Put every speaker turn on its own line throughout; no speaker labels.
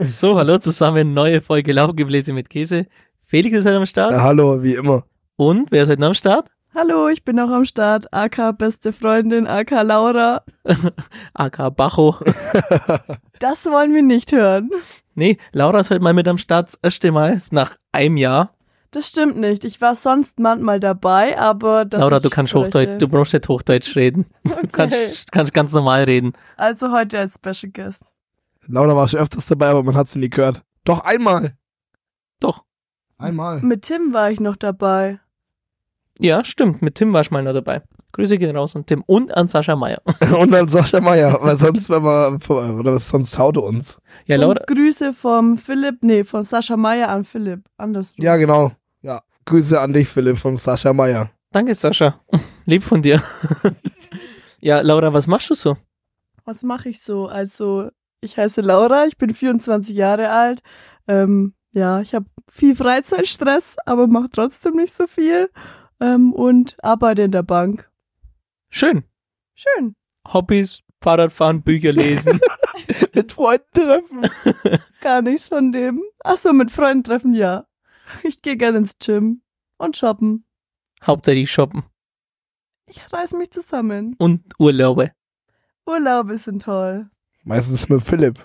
So, hallo zusammen, neue Folge Laugebläse mit Käse. Felix ist heute am Start.
Ja, hallo, wie immer.
Und wer ist heute noch am Start?
Hallo, ich bin auch am Start. AK beste Freundin, AK Laura.
AK Bacho.
Das wollen wir nicht hören.
Nee, Laura ist heute mal mit am Start. Das erste Mal ist nach einem Jahr.
Das stimmt nicht. Ich war sonst manchmal dabei, aber das
Laura,
ich
du kannst
spreche-
Hochdeutsch, du brauchst nicht Hochdeutsch reden. Du kannst, kannst ganz normal reden.
Also heute als Special Guest.
Laura war schon öfters dabei, aber man hat sie nie gehört. Doch einmal.
Doch.
Einmal.
Mit Tim war ich noch dabei.
Ja, stimmt. Mit Tim war ich mal noch dabei. Grüße gehen raus an Tim und an Sascha Meier.
Und dann Sascha Meier, weil sonst wenn man oder sonst haut er uns.
Ja, Laura,
Und Grüße vom Philipp, nee, von Sascha Meier an Philipp. Andersrum.
Ja, genau. Ja. Grüße an dich, Philipp, von Sascha Meier.
danke Sascha. Lieb von dir. Ja, Laura, was machst du so?
Was mache ich so? Also, ich heiße Laura, ich bin 24 Jahre alt. Ähm, ja, ich habe viel Freizeitstress, aber mache trotzdem nicht so viel. Ähm, und arbeite in der Bank.
Schön.
Schön.
Hobbys, Fahrradfahren, Bücher lesen.
Mit Freunden treffen.
Gar nichts von dem. Ach so, mit Freunden treffen, ja. Ich gehe gerne ins Gym und shoppen.
Hauptsächlich shoppen
Ich reiß mich zusammen.
und Urlaube.
Urlaube sind toll.
Meistens mit Philipp.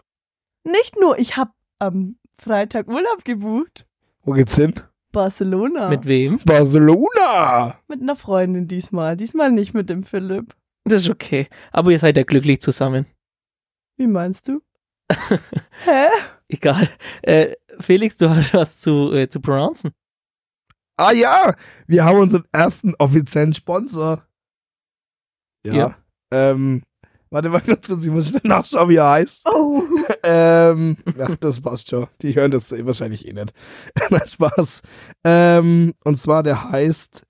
Nicht nur, ich habe am Freitag Urlaub gebucht.
Wo geht's hin?
Barcelona.
Mit wem?
Barcelona.
mit einer Freundin diesmal. Diesmal nicht mit dem Philipp.
Das ist okay. Aber ihr seid ja glücklich zusammen.
Wie meinst du? Hä?
Egal. Äh, Felix, du hast was zu, äh, zu pronouncen.
Ah ja, wir haben unseren ersten offiziellen Sponsor. Ja.
Ja.
Ähm, warte mal kurz, ich muss schnell nachschauen, wie er heißt.
Oh.
Ähm, ach, das passt schon. Die hören das wahrscheinlich eh nicht. Nein, Spaß. Ähm, und zwar, der heißt,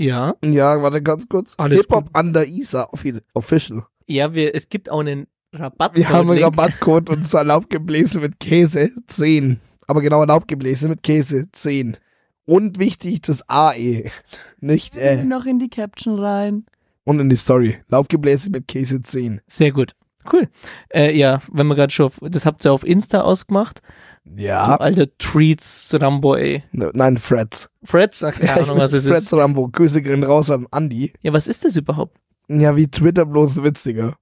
Ja.
ja, warte ganz kurz.
Alles
Hip-Hop an der ISA Offi- Official.
Ja, wir, es gibt auch einen Rabatt.
Wir haben einen Rabattcode und zwar Laubgebläse mit Käse 10. Aber genau, Laubgebläse mit Käse 10. Und wichtig, das AE. Nicht
Äh.
äh.
Noch in die Caption rein.
Und in die Story. Laubgebläse mit Käse 10.
Sehr gut. Cool. Äh, ja, wenn wir gerade schon, auf, das habt ihr auf Insta ausgemacht.
Ja.
Du alter Treats Rambo, ey.
Ne- Nein, Freds.
Fred sagt keine Ahnung, was es
Freds
ist.
Rambo. Grüße gehen raus an Andi.
Ja, was ist das überhaupt?
Ja, wie Twitter bloß witziger.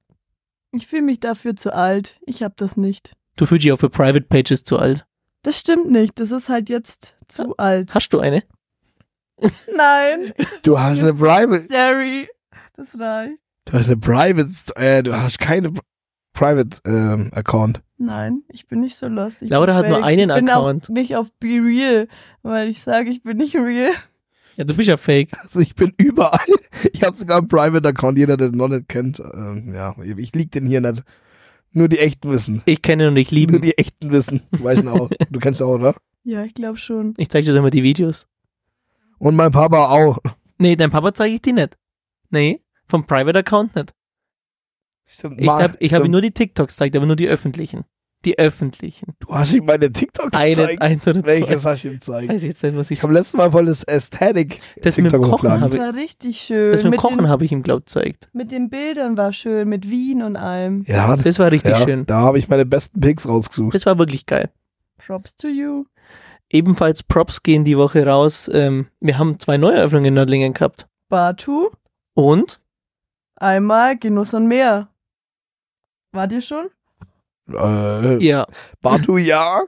Ich fühle mich dafür zu alt. Ich hab das nicht.
Du fühlst dich auch für Private Pages zu alt.
Das stimmt nicht. Das ist halt jetzt zu alt.
Hast du eine?
Nein.
Du hast eine Private.
Sorry. Das reicht.
Du hast eine Private. Äh, du hast keine Private ähm, Account.
Nein, ich bin nicht so lost. Ich
Laura
bin
hat nur
fake.
einen
ich bin
Account.
Auch nicht auf Be Real, weil ich sage, ich bin nicht real.
Ja, du bist ja fake.
Also ich bin überall. Ich habe sogar einen Private Account. Jeder, der den noch nicht kennt, ähm, ja, ich lieg den hier nicht. Nur die echten wissen.
Ich kenne und ich
Nur
liebe.
die echten wissen. Du weißt auch. Du kennst auch, oder?
Ja, ich glaube schon.
Ich zeig dir doch immer die Videos.
Und mein Papa auch.
Nee, deinem Papa zeige ich die nicht. Nee, vom Private Account nicht.
Stimmt.
Ich
Mann,
habe ich hab ihm
stimmt.
nur die TikToks gezeigt, aber nur die öffentlichen. Die öffentlichen.
Du hast ihm meine TikToks
Eine,
gezeigt.
eins oder zwei.
Welches hast du ihm gezeigt?
Weiß ich jetzt nicht, was ich.
Ich habe letztes Mal voll das Aesthetic
Das mit dem
TikTok
Kochen
hochgeladen.
Das
habe ich.
war richtig schön.
Das mit dem
mit,
Kochen
den,
habe ich ihm, glaub gezeigt.
mit den Bildern war schön, mit Wien und allem.
Ja,
Das war richtig
ja
schön.
da habe ich meine besten Picks rausgesucht.
Das war wirklich geil.
Props to you.
Ebenfalls Props gehen die Woche raus. Ähm, wir haben zwei Neueröffnungen in Nördlingen gehabt.
Batu,
Und?
einmal Genuss und mehr. Wart ihr schon?
Äh,
Ja.
Batu ja.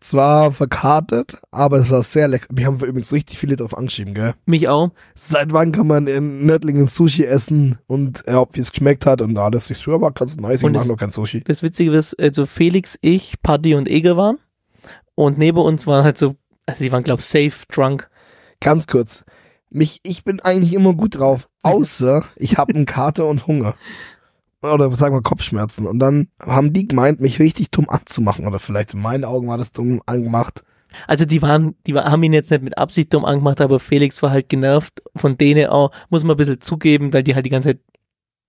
Zwar verkartet, aber es war sehr lecker. Wir haben übrigens richtig viele drauf angeschrieben, gell?
Mich auch.
Seit wann kann man in Nördlingen Sushi essen und äh, ob wie es geschmeckt hat und alles. Ich so, aber ganz nice, ich
Und
mache
es-
noch kein Sushi.
Das Witzige ist, also Felix, ich, Paddy und Eger waren. Und neben uns waren halt so, also sie waren, glaub safe drunk.
Ganz kurz. Mich, ich bin eigentlich immer gut drauf, außer ich habe einen Kater und Hunger. Oder sagen wir Kopfschmerzen. Und dann haben die gemeint, mich richtig dumm anzumachen. Oder vielleicht in meinen Augen war das dumm angemacht.
Also die waren, die war, haben ihn jetzt nicht mit Absicht dumm angemacht, aber Felix war halt genervt von denen auch, muss man ein bisschen zugeben, weil die halt die ganze Zeit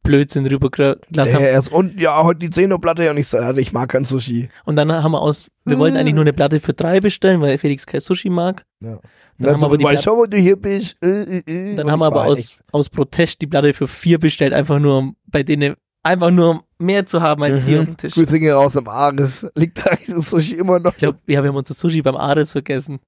Blödsinn rübergelassen
Der
haben.
erst und ja, heute die Zenoplatte und ich so, Alter, ich mag kein Sushi.
Und dann haben wir aus, wir wollten eigentlich nur eine Platte für drei bestellen, weil Felix kein Sushi mag. Dann
Dann
haben
haben so,
aber die
weil
Plat-
schau, wo du hier bist. Äh, äh, äh.
Dann
Und
haben
ich
wir aber
war
aus,
echt-
aus Protest die Platte für vier bestellt, einfach nur um bei denen, einfach nur um mehr zu haben als die
Mhm.
auf dem Tisch.
Grüße gehen raus am Ares. Liegt da eigentlich das Sushi immer noch
Ich glaube, ja, wir haben unser Sushi beim Ares vergessen.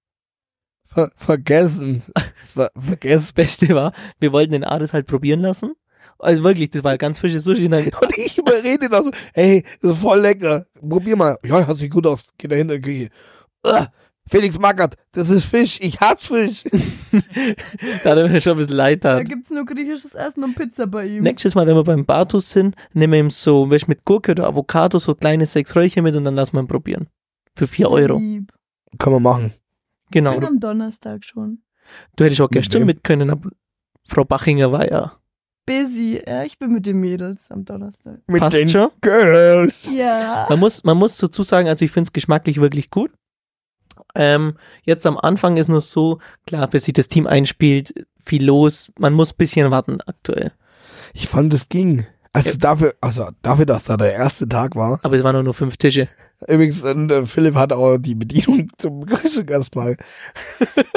ver vergessen? Ver
Das Beste war, wir wollten den Ares halt probieren lassen. Also wirklich, das war ganz frisches Sushi. Und dann,
Und ich überrede ihn auch so, hey, das ist voll lecker. Probier mal. Ja, hört sich gut aus. Geh da hinter die Küche. Ugh. Felix Mackert, das ist Fisch. Ich hasse Fisch.
da hat er mir schon ein bisschen leid
Da
getan.
gibt's nur griechisches Essen und Pizza bei
Hm.
ihm.
Ähm, Nächstes Mal, wenn wir beim Bartus sind, nehmen wir ihm so, weißt, du, mit Gurke oder Avocado so kleine sechs Röllchen mit und dann lassen wir ihn probieren. Für vier Euro.
Lieb.
Kann man machen.
Genau.
Und am Donnerstag schon.
Du hättest auch
Mit
gestern
wem?
mit können, aber Frau Bachinger war ja.
Busy. Ja, ich bin mit den Mädels am Donnerstag.
Mit
Passt
den
schon.
Girls.
Ja.
Man muss, man muss dazu sagen, also ich finde es geschmacklich wirklich gut. Ähm, jetzt am Anfang ist nur so, klar, bis sich das Team einspielt, viel los. Man muss ein bisschen warten aktuell.
Ich fand, es ging. Also
Ja.
dafür, also dafür, dass da der erste Tag war.
Aber es waren auch nur fünf Tische.
Übrigens, und, äh, Philipp hat auch die Bedienung zum Begrüßen erstmal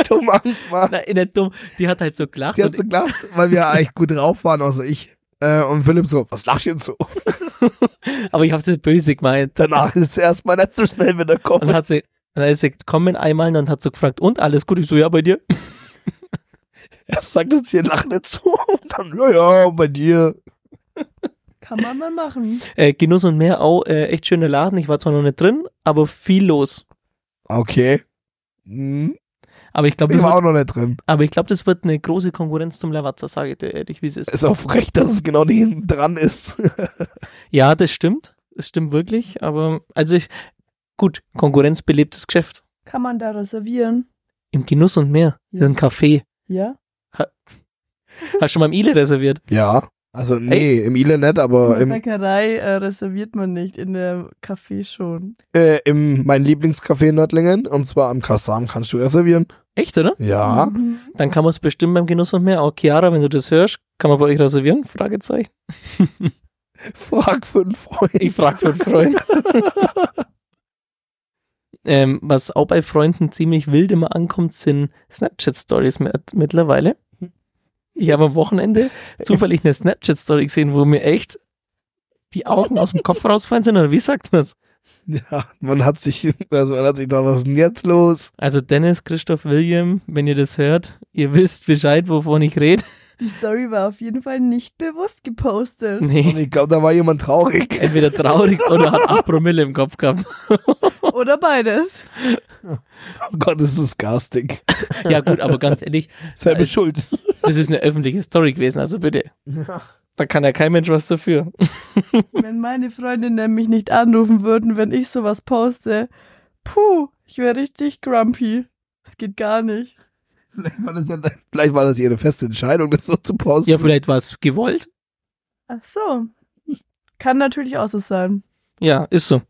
dumm angemacht.
Nein, nicht dumm. Die hat halt so gelacht.
Sie hat so
Und,
gelacht, weil wir eigentlich gut drauf waren, außer ich. Äh, und Philipp so, was lachst du denn so?
aber ich habe es nicht böse gemeint.
Danach ist es erstmal nicht so schnell wieder kommen.
Und hat sie, und dann ist sie gekommen einmal und hat so gefragt, und alles gut? Ich so, ja, bei dir.
Erst sagt es hier, lach nicht so. Und dann, ja, ja, bei dir.
Kann man mal machen.
Äh, Genuss und mehr auch, äh, echt schöner Laden. Ich war zwar noch nicht drin, aber viel los.
Okay. Hm.
Aber ich glaube,
Ich
das,
war
wird-
auch noch nicht drin.
aber ich glaub, das wird eine große Konkurrenz zum Lavazza, sage ich dir ehrlich, wie es ist.
Ist auch frech, dass es genau neben dran ist.
Ja, das stimmt. Das stimmt wirklich. Aber, also ich, gut, Konkurrenz belebtes Geschäft.
Kann man da reservieren?
Im Genuss und mehr. Das ist ein Café.
Ja.
Hast du schon mal im Ile reserviert?
Ja. Also, nee, im Ile nicht, aber
In der
im,
Bäckerei äh, reserviert man nicht, in der Café schon.
äh, im mein Lieblingscafé in Nördlingen. Und zwar am Kassam kannst du reservieren.
Echt, oder?
Ja.
Mhm.
Dann kann man es bestimmt beim Genuss und mehr. Auch Chiara, wenn du das hörst, kann man bei euch reservieren? Fragezeichen.
Frag für einen Freund.
Ich frage für einen Freund. ähm, was auch bei Freunden ziemlich wild immer ankommt, sind Snapchat-Stories mit, mittlerweile. Ich habe am Wochenende zufällig eine Snapchat-Story gesehen, wo mir echt die Augen aus dem Kopf rausfallen sind. Oder wie sagt man es?
Ja, man hat sich, also man hat sich gedacht, was ist denn jetzt los?
Also Dennis, Christoph, William, wenn ihr das hört, ihr wisst Bescheid, wovon ich rede.
Die Story war auf jeden Fall nicht bewusst gepostet.
Und
Nee,
ich glaube, da war jemand traurig.
entweder traurig oder hat 8 Promille im Kopf gehabt.
Oder beides.
Oh Gott, ist das garstig.
Ja gut, aber ganz ehrlich,
Selbe
Äh,
Schuld.
das ist eine öffentliche Story gewesen, also bitte. Da kann ja kein Mensch was dafür.
Wenn meine Freundinnen mich nicht anrufen würden, wenn ich sowas poste, puh, ich wäre richtig grumpy. Das geht gar nicht.
Vielleicht war das ja, vielleicht war das ihre feste Entscheidung, das so zu posten.
Ja, vielleicht war es gewollt.
Ach so. Kann natürlich auch so sein.
Ja, ist so.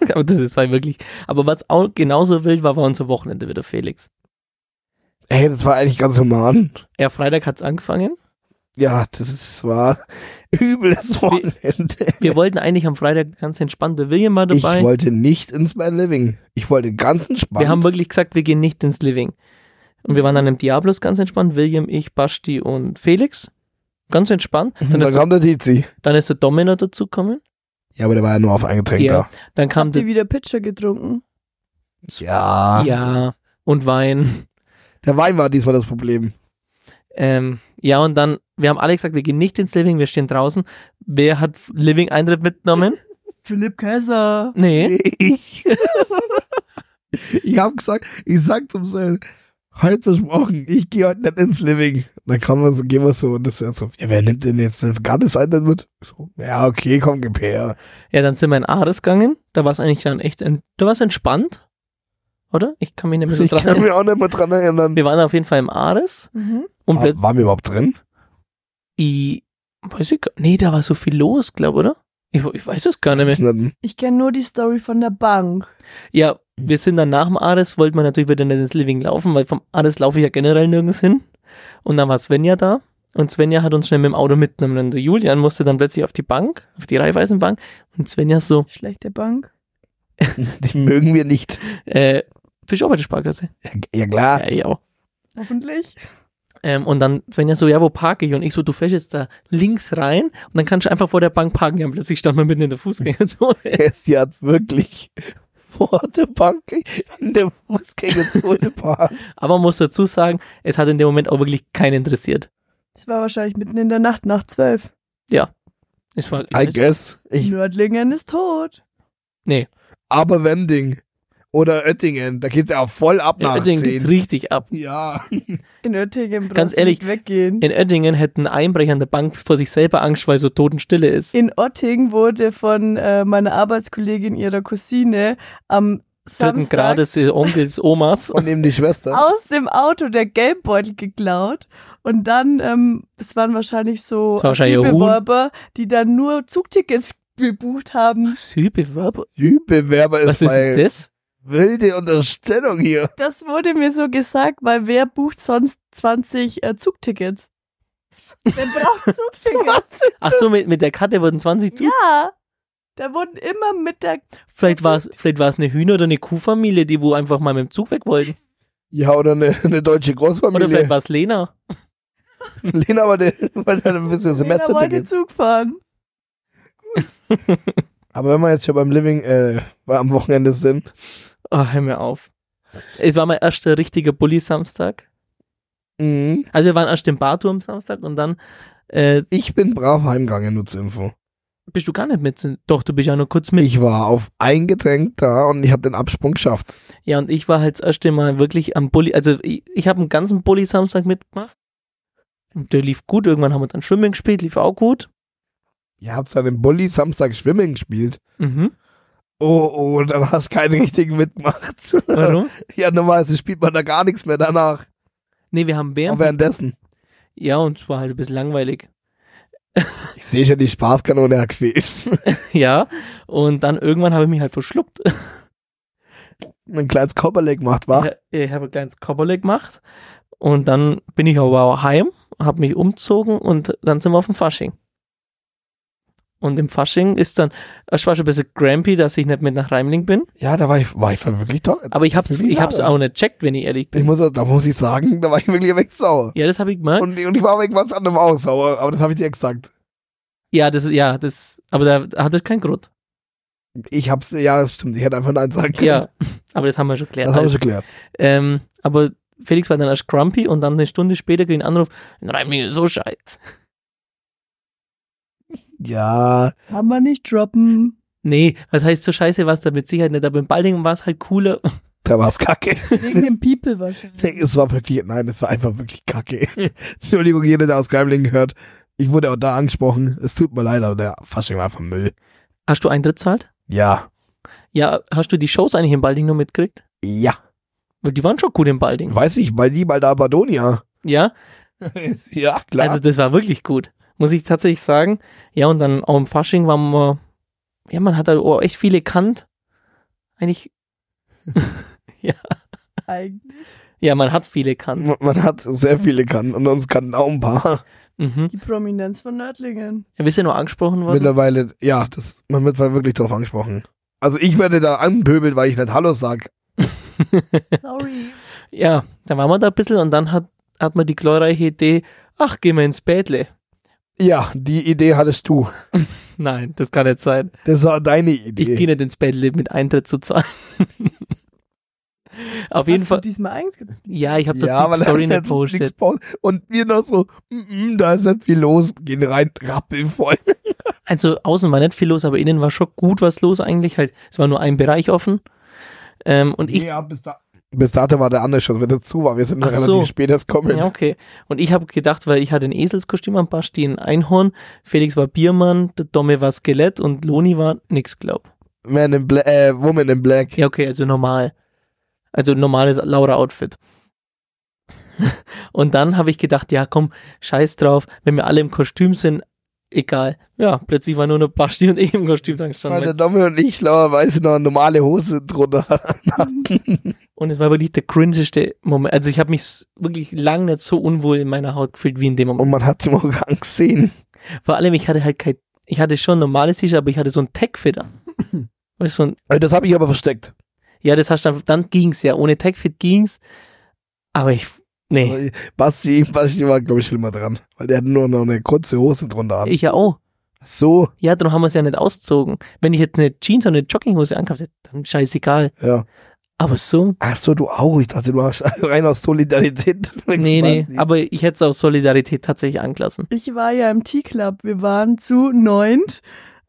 Aber das ist halt wirklich. Aber was auch genauso wild war, war unser Wochenende wieder, Felix.
Ey, das war eigentlich ganz human.
Ja, Freitag hat's angefangen.
Ja, das ist- war übles Wochenende.
Wir wollten eigentlich am Freitag ganz entspannt. Der William war
Ich
dabei.
wollte nicht ins Man Living. Ich wollte ganz entspannt.
wir haben wirklich gesagt, wir gehen nicht ins Living. Und wir waren dann im Diablos ganz entspannt. William, ich, Basti und Felix. Ganz entspannt. Dann,
Und dann
ist, der,
kam der Tizi.
dann ist der Domino dazugekommen.
Ja, aber der war ja nur auf ein Getränk
Ja. Dann kam
Habt ihr
der.
wieder Pitcher getrunken?
da. Ja.
Ja. Und Wein.
Der Wein war diesmal das Problem.
Ähm, ja, und dann, wir haben alle gesagt, wir gehen nicht ins Living, wir stehen draußen. Wer hat Living-Eintritt mitgenommen?
Philipp Kaiser.
Nee.
Ich. ich habe gesagt, ich sag zum Sel, heute versprochen, ich gehe heute nicht ins Living. Dann kommen wir so, gehen wir so und das ist dann so, ja, wer nimmt denn jetzt den Garnis ein mit? So, ja, okay, komm, gib her.
Ja, dann sind wir in Ares gegangen. Da war es eigentlich dann echt, ent da war es entspannt. Oder? Ich kann mich nicht mehr so
Ich
dran
kann
erinnern.
mich auch nicht mehr dran erinnern.
Wir waren auf jeden Fall im Ares.
Mhm.
Und
War,
plötzlich,
waren wir überhaupt drin?
ich, weiß ich, gar- nee, da war so viel los, glaube oder? Ich, ich weiß es gar nicht
Das
mehr.
ist nicht-
Ich kenne nur die Story von der Bank.
Ja, wir sind dann nach dem Ares, wollten wir natürlich wieder nicht ins Living laufen, weil vom Ares laufe ich ja generell nirgends hin. Und dann war Svenja da. Und Svenja hat uns schnell mit dem Auto mitgenommen. Und der Julian musste dann plötzlich auf die Bank, auf die Reihweisenbank. Und Svenja so,
Schlechte Bank.
Die mögen wir nicht.
äh, Fischarbeitersparkasse.
Ah. Ja, ja klar.
Ja, ja.
Hoffentlich.
Ähm, und dann Svenja so, ja, wo parke ich? Und ich so, du fährst jetzt da links rein und dann kannst du einfach vor der Bank parken. Ja, und plötzlich stand man mitten in der Fußgängerzone.
Sie hat wirklich vor der Bank in der Fußgängerzone parkt.
Aber man muss dazu sagen, es hat in dem Moment auch wirklich keinen interessiert.
Es war wahrscheinlich mitten in der Nacht, nach zwölf.
Es war,
I guess. Ich,
Nördlingen ist tot.
aber Wending oder Oettingen, da geht's ja auch voll ab
in
nach
Oettingen geht's
10.
richtig ab.
Ja.
In Oettingen
Ganz
brauchst du
ehrlich,
nicht weggehen.
In Oettingen hätten ein Einbrecher an der Bank vor sich selber Angst, weil so Totenstille ist.
In Otting wurde von äh, meiner Arbeitskollegin ihrer Cousine am
Dritten
Samstag
Grades äh, Onkels, Omas.
Und eben die Schwester.
aus dem Auto der Geldbeutel geklaut und dann, ähm, das waren wahrscheinlich so
Das war wahrscheinlich ein Huhn.
Bewerber, die dann nur Zugtickets gebucht haben.
Asylbewerber?
Jugendbewerber ist,
Was ist denn
bei
das?
wilde Unterstellung hier.
Das wurde mir so gesagt, weil wer bucht sonst 20 äh, Zugtickets? Wer braucht Zugtickets?
Ach so, mit, mit der Karte wurden 20 zu.
ja, da wurden immer mit der
Vielleicht war es vielleicht war's eine Hühner- oder eine Kuhfamilie, die wo einfach mal mit dem Zug weg wollten.
Ja, oder eine, eine deutsche
Oder vielleicht
Großfamilie.
war es Lena.
Lena war der, war der ein bisschen
Jeder wollte
Semesterticket.
Zug fahren.
Aber wenn wir jetzt schon beim Living äh, am Wochenende sind,
Oh, hör mir auf. Es war mein erster richtiger Bulli-Samstag.
mhm.
Also wir waren erst im Barturm Samstag und dann äh,
ich bin brav heimgegangen, nur zur Info.
bist du gar nicht mit. Doch, du bist ja nur kurz mit.
Ich war auf ein Getränk da und ich habe den Absprung geschafft.
Ja, und ich war halt das erste Mal wirklich am Bulli, also ich, ich habe einen ganzen Bulli-Samstag mitgemacht. Und Der lief gut, irgendwann haben wir dann Schwimmen gespielt, lief auch gut.
Ihr habt dann im Bulli Samstag Schwimmen gespielt.
Mhm.
Oh, oh, dann hast du keinen richtigen mitgemacht.
Warum?
ja, normalerweise spielt man da gar nichts mehr danach.
nee, wir haben
Auch
Bären.
währenddessen.
Ja, und es war halt ein bisschen langweilig.
Ich sehe schon die Spaßkanone erquält.
Ja, und dann irgendwann habe ich mich halt verschluckt.
Ein kleines Kopperleg macht, wa?
Ich, ich habe ein kleines Kopperle gemacht und dann bin ich aber auch heim, habe mich umzogen und dann sind wir auf dem Fasching. Und im Fasching ist dann, ich war schon ein bisschen grumpy, dass ich nicht mit nach Reimling bin,
Ja, da war ich, war ich wirklich doch.
aber ich habe es
Wirklich
ich hab's
sauer.
auch nicht checkt, wenn ich ehrlich
Ich
bin.
muss, da muss ich sagen, da war ich wirklich weg sauer.
Ja, das habe ich gemerkt.
Und, und ich war auch irgendwas anderem auch sauer, aber das habe ich dir gesagt.
Ja, das, ja, das, aber da, da hat das keinen Grund.
Ich hab's, ja, stimmt, ich hätte einfach Nein sagen können.
Ja, aber das haben wir schon geklärt.
Das habe ich
Also,
erklärt.
ähm, aber Felix war dann erst grumpy und dann eine Stunde später krieg ich einen Anruf, in Reimling ist so scheiße.
Ja,
Kann man nicht droppen.
Nee, was heißt so scheiße war es da mit Sicherheit nicht, aber in Balding war es halt cooler.
da war's kacke.
Wegen dem People wahrscheinlich.
Es war wirklich, nein, es war einfach wirklich kacke. Entschuldigung, jeder, der aus Geimlingen hört. Ich wurde auch da angesprochen. Es tut mir leid, aber der Fasching war einfach Müll.
Hast du Eintritt zahlt?
Ja.
Ja, hast du die Shows eigentlich in Balding nur mitgekriegt?
Ja.
Weil die waren schon gut in Balding.
Weiß ich, mal die, mal da Badonia.
Ja,
ja,
also das war wirklich gut. Muss ich tatsächlich sagen. Ja, und dann auch im Fasching waren wir, ja, man hat halt auch echt viele kannt. Eigentlich,
Eigentlich.
ja, man hat viele kannt.
man, man hat sehr viele Kanten und uns kannten auch ein paar.
Mhm.
Die Prominenz von Nördlingen.
Ja, bist ja nur angesprochen worden.
Mittlerweile, ja, das, man wird wirklich drauf angesprochen. Also ich werde da anpöbelt, weil ich nicht Hallo sag.
Sorry.
Ja, dann waren wir da ein bisschen und dann hat, hat man die glorreiche Idee, ach, gehen wir ins Bädle.
Ja, die Idee hattest du.
Nein, das kann nicht sein.
Das war deine
Ich gehe
Idee.
nicht ins Bädle mit Eintritt zu zahlen. Auf jeden
Hast du
Fall.
diesmal eingetragen?
Ja, ich habe doch
ja,
die
weil
Story
da
nicht postet.
Und wir noch so, mm, mm, da ist nicht viel los, gehen rein, rappelvoll.
Also außen war nicht viel los, aber innen war schon gut was los eigentlich. Halt, es war nur ein Bereich offen. Ähm, und ich,
ja, bis da. Bis dato war der andere schon wieder zu, war wir sind
Ach
relativ
so.
spät erst kommen.
ja, okay. Und ich habe gedacht, weil ich hatte ein Eselskostüm am Basti, ein Einhorn, Felix war Biermann, der Domme war Skelett und Loni war nix, glaub.
Man in Black, äh, Woman in Black.
Ja, okay, also normal. Also normales Laura-Outfit. und dann habe ich gedacht, ja komm, scheiß drauf, wenn wir alle im Kostüm sind, egal. Ja, plötzlich war nur noch Basti und ich im Kostüm da
Weil der
gestanden.
Domme und ich, lauerweise, noch eine normale Hose drunter.
Und es war wirklich der cringeste Moment. Also ich habe mich s- wirklich lang nicht so unwohl in meiner Haut gefühlt wie in dem Moment.
Und man hat sie auch angesehen.
Vor allem, ich hatte halt kein, ich hatte schon ein normales T-Shirt, aber ich hatte so ein Tech-Fit an. Weißt du, so ein,
Äh, Das habe ich aber versteckt.
ja, das hast du dann, dann ging's ja. Ohne Tech-Fit ging's. Aber ich, Nee,
Also, Basti, Basti war, glaube ich, schlimmer dran. Weil der hat nur noch eine kurze Hose drunter an.
ich ja auch.
So,
Ja, darum haben wir es ja nicht ausgezogen. Wenn ich jetzt eine Jeans und eine Jogginghose angehabt hätte, dann scheißegal.
ja.
Aber so,
Ach so, du auch. Ich dachte, du hast rein aus Solidarität.
nee, nee.
Basti.
Aber ich hätte es aus Solidarität tatsächlich angelassen.
Ich war ja im Tea-Club. Wir waren zu neunt.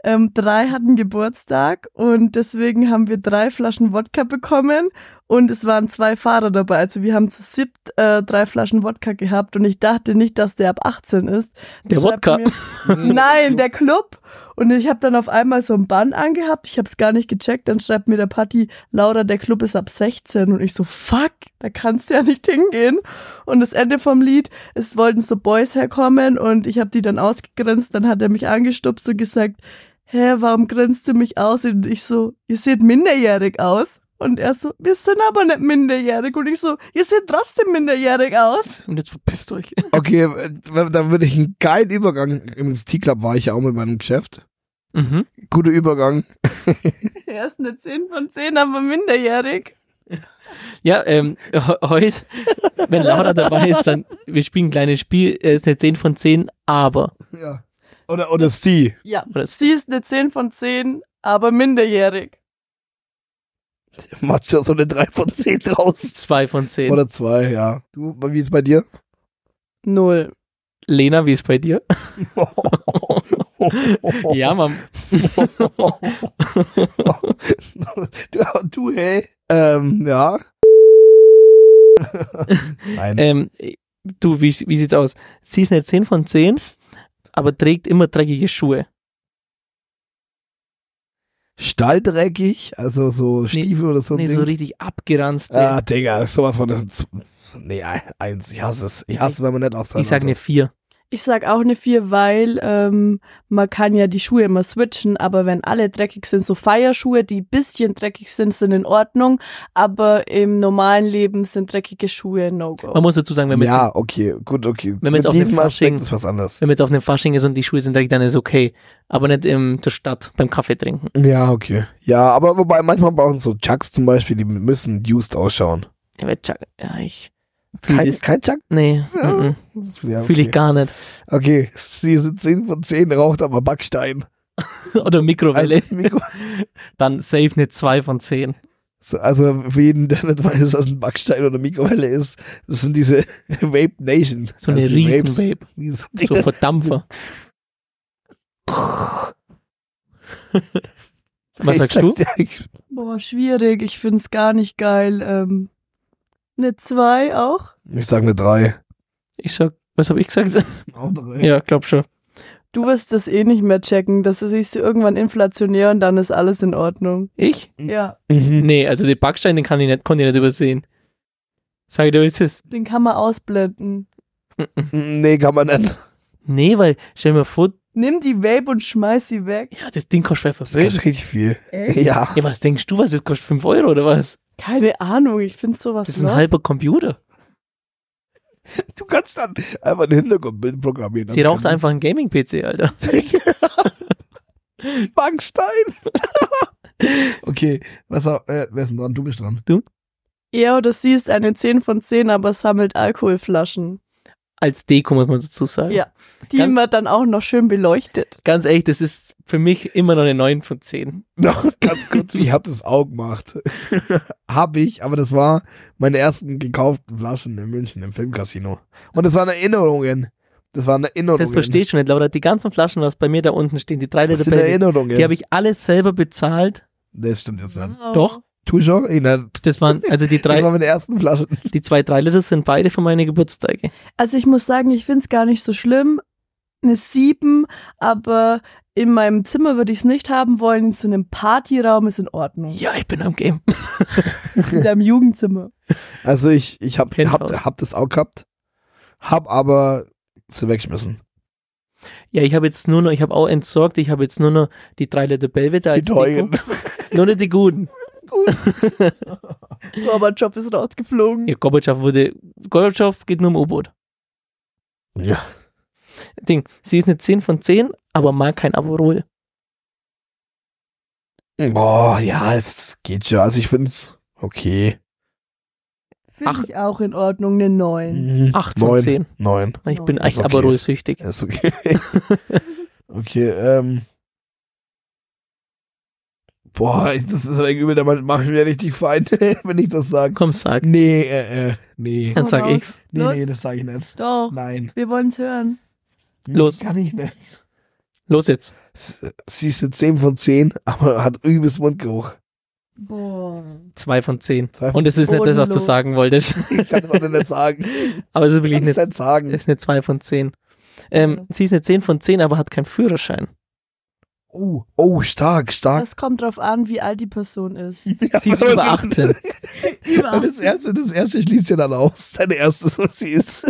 Ähm, drei hatten Geburtstag und deswegen haben wir drei Flaschen Wodka bekommen und es waren zwei Fahrer dabei. Also wir haben zu siebt äh, drei Flaschen Wodka gehabt und ich dachte nicht, dass der ab 18 ist.
Der
Schreibt
Wodka.
mir- Nein, der Club. Und ich habe dann auf einmal so einen Bann angehabt. Ich habe es gar nicht gecheckt. Dann schreibt mir der Patti, Laura, der Club ist ab 16. Und ich so, fuck, da kannst du ja nicht hingehen. Und das Ende vom Lied, es wollten so Boys herkommen und ich habe die dann ausgegrenzt. Dann hat er mich angestupst und gesagt, hä, warum grenzt du mich aus? Und ich so, ihr seht minderjährig aus. Und er so, wir sind aber nicht minderjährig. Und ich so, ihr seht trotzdem minderjährig aus.
Und jetzt verpisst euch.
Okay, äh, dann würde ich einen geilen Übergang. Im T-Club war ich ja auch mit meinem Geschäft.
Mhm.
Guter Übergang.
Er ist eine 10 von 10, aber minderjährig.
Ja, ähm, he- heute, wenn Laura dabei ist, dann, wir spielen ein kleines Spiel, es ist eine 10 von 10, aber.
Ja. Oder, oder sie.
Ja,
Oder es-
Sie ist eine 10 von 10, aber minderjährig.
Macht ja so eine 3 von 10 draußen.
2 von 10.
Oder zwei, ja. Du, wie ist bei dir?
Null.
Lena, wie ist bei dir? Ja, Mann.
du, du, hey. Ähm, ja. Nein.
Ähm, du, wie, wie sieht's aus? Sie ist eine 10 von 10, aber trägt immer dreckige Schuhe.
Stalldreckig, also so Stiefel oder so ein
nee,
Ding.
so richtig abgeranzt.
ah, Digga, sowas von. das ist- Nee, eins. Ich hasse es. Ich hasse es, wenn man nicht auf seinen
ich sag eine
Ansatz-
4.
Ich sag auch eine 4, weil ähm, man kann ja die Schuhe immer switchen, aber wenn alle dreckig sind, so Feierschuhe, die ein bisschen dreckig sind, sind in Ordnung, aber im normalen Leben sind dreckige Schuhe No-Go.
Man muss dazu sagen, wenn man, jetzt,
Ja, okay, gut, okay.
man
Mit
jetzt auf den
diesem
Fasching-
Aspekt ist was anderes.
wenn man jetzt auf einem Fasching ist und die Schuhe sind dreckig, dann ist okay. Aber nicht in der Stadt beim Kaffee trinken.
Ja, okay. Ja, aber wobei manchmal brauchen so Chucks zum Beispiel, die müssen used ausschauen.
Ja, weil Chuck- ja, ich fühle
Kein,
das.
kein Chuck?
Nee,
Ja,
mm, mm,
Ja,
fühle ich
okay.
gar nicht.
Okay, sie sind 10 von 10, raucht aber Backstein.
Oder Mikrowelle.
Also, Mikro-
dann safe eine 2 von 10.
so, also für jeden, der nicht weiß, was ein Backstein oder Mikrowelle ist, das sind diese Vape Nation.
So eine
also die Vapes.
Riesen-Vape.
Diese
So
Dinger.
Verdampfer. Was
Ich
sagst
sag's
du?
dir, ich-
Boah, schwierig, ich find's gar nicht geil. Ähm, eine 2 auch?
Ich sag eine 3.
Ich sag, was habe ich gesagt? Ja, glaub schon.
Du wirst das eh nicht mehr checken, das ist irgendwann inflationär und dann ist alles in Ordnung.
Ich?
Ja,
Mhm.
Nee, also den Backstein, den kann ich nicht, konnte ich nicht übersehen. Sag ich dir, wie es ist.
den kann man ausblenden.
Nee, kann man nicht.
Nee, weil, stell mir vor,
Nimm die Vape und schmeiß sie weg.
ja, das Ding kostet schwer
Das ist richtig viel. Ja.
Ja, was denkst du, was das kostet? 5 Euro oder was?
Keine Ahnung, ich finde sowas
Das ist ein
lost.
halber Computer.
Du kannst dann einfach ein Hintergrundbild programmieren. Also
Sie raucht einfach einen Gaming-PC, Alter.
Backstein. okay, was, äh, wer ist denn dran? Du bist dran.
Er oder sie ist eine 10 von 10, aber sammelt Alkoholflaschen.
Als Deko muss man dazu sagen.
Ja. Die
Ganz-
wird dann auch noch schön beleuchtet.
Ganz ehrlich, das ist für mich immer noch eine 9 von 10.
Doch, ganz kurz, ich habe das auch gemacht. habe ich, aber das war meine ersten gekauften Flaschen in München im Filmcasino. Und das waren Erinnerungen. Das waren Erinnerungen.
Das verstehe ich schon nicht, Laura. Die ganzen Flaschen, was bei mir da unten stehen, die drei
Das
Liter
sind
Baby,
Erinnerungen.
die habe ich alles selber bezahlt.
das stimmt jetzt nicht.
Doch,
Tu schon? Ich, nein,
das waren, also die
das
drei,
waren meine ersten Flaschen.
die zwei drei Liter sind beide für meine Geburtstage.
Also ich muss sagen, ich finde es gar nicht so schlimm. Eine 7, aber in meinem Zimmer würde ich es nicht haben wollen. In so einem Partyraum ist in Ordnung.
Ja, ich bin am Game.
In deinem Jugendzimmer.
Also ich, ich habe hab,
Penthouse.
hab das auch gehabt, hab aber sie weggeschmissen.
Ja, ich habe jetzt nur noch, ich habe auch entsorgt, ich habe jetzt nur noch die drei Liter Belvedere
Die
als Deko.
teuren.
Nur nicht die guten.
Robert Oh, Job ist rausgeflogen.
Ja, Gorbatschow wurde, Gorbatschow geht nur im U-Boot.
Ja.
Ding, sie ist eine 10 von 10, aber mag kein Aperol.
Boah, ja, es geht ja. Also ich find's okay.
Finde ich auch in Ordnung, eine 9.
Mhm.
Acht von
Neun.
zehn.
Neun.
Ich bin
Ist
echt
okay.
Aperol-süchtig.
Ist okay. okay, ähm. Boah, ich- das ist ein Übel, da mache ich mir richtig Feinde, wenn ich das sage.
Komm, sag.
Nee, äh, äh, nee.
Dann sag
Komm raus.
ich's.
Nee,
Los.
nee, das sage ich nicht.
Doch,
Nein. Hm,
wir wollen's hören.
Los.
Kann ich nicht.
Los jetzt.
S- Sie ist eine 10 von 10, aber hat übelst Mundgeruch.
Boah.
Zwei von zehn.
Zwei von-
Und es ist nicht das, was du
Bodenlos.
sagen wolltest.
Ich kann das auch nicht sagen. Ich
Aber es ist wirklich
kann
eine,
es nicht sagen.
es ist eine zwei von zehn. Ähm, Sie ist eine zehn von zehn, aber hat keinen Führerschein.
Oh, oh, stark, stark.
Das kommt drauf an, wie alt die Person ist.
Sie ist über 18.
Über
Das erste, das erste schließt ja dann aus. Dein erstes, was sie ist.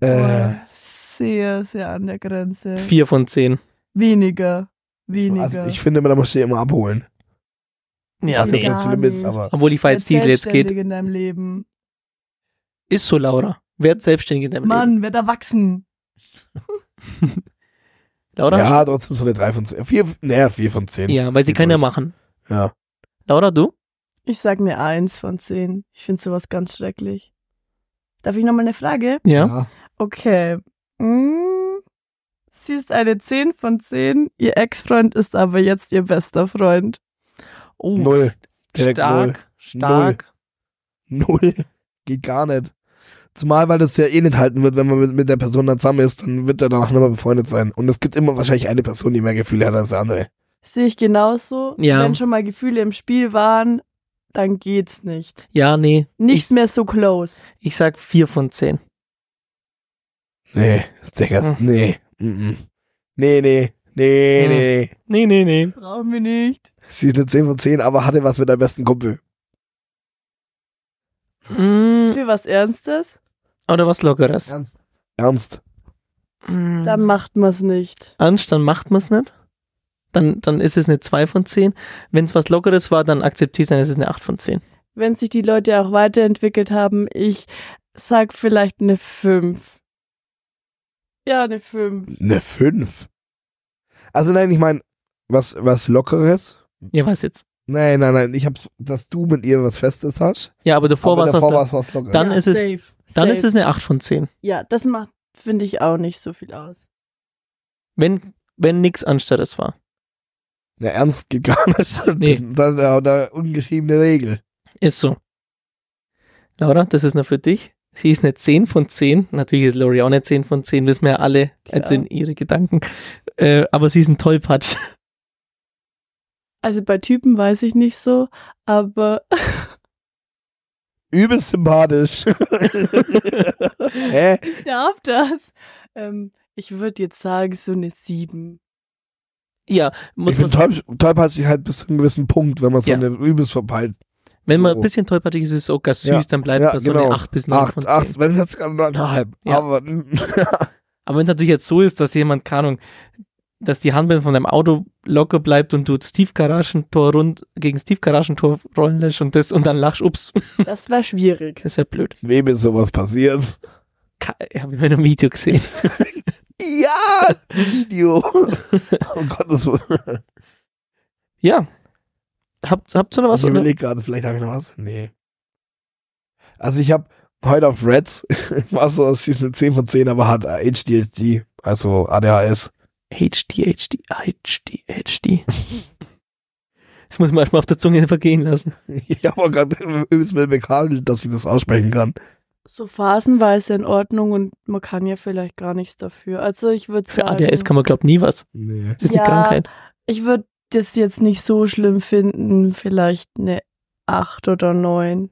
äh,
Boah, Oh, Sehr, sehr an der Grenze.
Vier von zehn.
Weniger. Weniger.
also ich finde, man muss sie immer abholen.
Ja,
Was
nee.
jetzt
sicher.
nicht schlimm ist,
Gar nicht.
aber
Also Obwohl ich fahre jetzt
Werd
Diesel jetzt
selbstständig
geht.
in deinem Leben.
Ist so, Laura. Werd selbstständig in deinem Leben.
Mann, werd erwachsen.
Laura?
ja, trotzdem so eine 3 von 10. 4, naja, 4 von 10.
Ja, weil sie
Geht
können ja
durch.
machen.
Ja.
Laura, du?
Ich sag mir eins von zehn. Ich finde sowas ganz schrecklich. Darf ich nochmal eine Frage?
Ja.
Okay. Hm. Sie ist eine 10 von 10. Ihr Ex-Freund ist aber jetzt ihr bester Freund.
Oh,
Null. Direkt null.
stark, stark.
Null. Geht gar nicht. Zumal, weil das ja eh nicht halten wird, wenn man mit, mit der Person dann zusammen ist, dann wird er danach nicht mehr befreundet sein. Und es gibt immer wahrscheinlich eine Person, die mehr Gefühle hat als die andere.
Sehe ich genauso.
Ja.
Wenn schon mal Gefühle im Spiel waren, dann geht's nicht.
Ja, nee.
Nicht
ich,
mehr so close.
Ich sag vier von zehn.
Nee, Digga, nee. Mm -mm. Nee, nee, nee,
Hm.
nee.
Nee, nee, nee.
Brauchen wir nicht.
Sie ist eine 10 von 10, aber hatte was mit deinem besten Kumpel.
Mm,
Für was Ernstes?
oder was Lockeres.
Ernst? Ernst.
Mm.
Dann macht man's nicht.
Ernst, dann macht man es nicht. Dann, dann ist es eine 2 von 10. Wenn es was Lockeres war, dann akzeptiere ich es, dann ist es eine 8 von 10.
Wenn sich die Leute auch weiterentwickelt haben, ich sag vielleicht eine 5. Ja, eine 5.
Eine 5. Also nein, ich meine, was, was Lockeres.
Ja, was jetzt?
Nein, nein, nein. Ich hab's, dass du mit ihr was Festes hast.
Ja, aber davor war
aber
es was.
davor
Dann,
war's was Lockeres.
Dann
ja,
ist es-
safe.
dann
Safe.
ist es eine 8 von 10.
Ja, das macht, finde ich, auch nicht so viel aus.
Wenn, wenn nichts Anstattes war.
Na, ernst geht gar nicht.
Nee.
Das ist ja eine ungeschriebene Regel.
Ist so. Laura, das ist nur für dich. Sie ist eine 10 von 10. Natürlich ist Lori auch eine 10 von 10, wissen wir ja alle,
Klar.
also in ihre Gedanken. Äh, aber sie ist ein Tollpatsch.
Also bei Typen weiß ich nicht so, aber
Übelst sympathisch. Hä?
ich darf das. Ähm, ich würde jetzt sagen, so eine 7.
ja, muss
Ich
man
finde
sagen,
toll, tollpatschig halt bis zu einem gewissen Punkt, wenn man so
Ja.
eine übelst verpeilt.
wenn man
so.
ein bisschen tollpatschig ist, ist es sogar süß,
Ja,
dann bleibt
ja,
man so
genau.
eine 8 bis 9 von
Acht,
10.
acht, wenn jetzt sogar neuneinhalb.
Ja.
Aber mm.
Aber wenn es natürlich jetzt so ist, dass jemand, keine Ahnung, dass die Handbremse von deinem Auto locker bleibt und du das Tiefgaragentor rund gegen das Tiefgaragentor rollen lässt und das und dann lachst, ups,
Das war schwierig.
das wäre blöd.
wem ist sowas passiert?
Habe ich mir in einem Video gesehen.
Ja, Video. oh Gott, das
ja. Habt, habt ihr noch was?
ich
oder?
überlege gerade, vielleicht habe ich noch was. Nee. Also ich habe heute auf Reds, war so, sie ist eine 10 von 10, aber hat HDHD, also ADHS.
HD, HD, HD, HD. das muss man erstmal auf der Zunge vergehen lassen.
Ich habe auch gerade übelst mit mir gehadelt, dass ich das aussprechen kann.
So phasenweise in Ordnung und man kann ja vielleicht gar nichts dafür. Also ich würde
Für
sagen,
ADHS kann man, glaube nie was.
Nee.
Das ist
Ja.
eine Krankheit.
ich würde das jetzt nicht so schlimm finden, vielleicht eine 8 oder 9.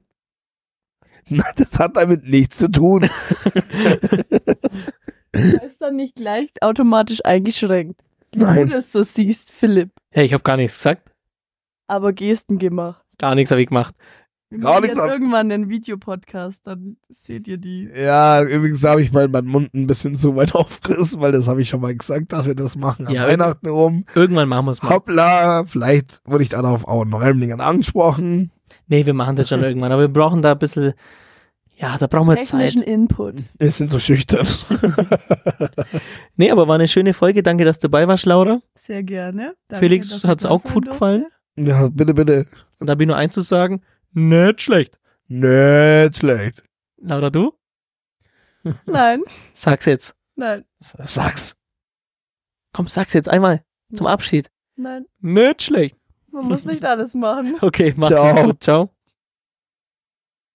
Na, das hat damit nichts zu tun.
Ist dann nicht gleich automatisch eingeschränkt. Wenn
Nein.
du das so siehst, Philipp,
Hey, ich habe gar nichts gesagt.
aber Gesten gemacht.
Gar nichts habe ich gemacht.
Wir
Gar
machen
nichts
jetzt
ab-
irgendwann einen Videopodcast, dann seht ihr die.
Ja, übrigens habe ich mal meinen Mund ein bisschen zu weit aufgerissen, weil das habe ich schon mal gesagt, dass wir das machen. An
Ja,
Weihnachten rum.
Irgendwann machen wir es mal.
Hoppla, vielleicht wurde ich dann auf Auen Remlingen angesprochen.
Nee, wir machen das schon irgendwann, aber wir brauchen da ein bisschen, ja, da brauchen wir Zeit.
Technischen Input.
Wir sind so schüchtern.
Nee, aber war eine schöne Folge. Danke, dass du dabei warst, Laura.
Sehr gerne. Danke,
Felix
dass du
hat's
da
auch
sein
gut
durfte.
gefallen.
Ja, bitte, bitte.
Und da bin ich nur eins zu sagen. Nicht schlecht.
Nicht schlecht.
Laura, du?
Nein,
Sag's jetzt.
nein,
Sag's.
Komm, sag's jetzt einmal zum Abschied.
nein.
Nicht schlecht.
Man muss nicht alles machen.
Okay, mach's
Ciao.
gut. Ciao.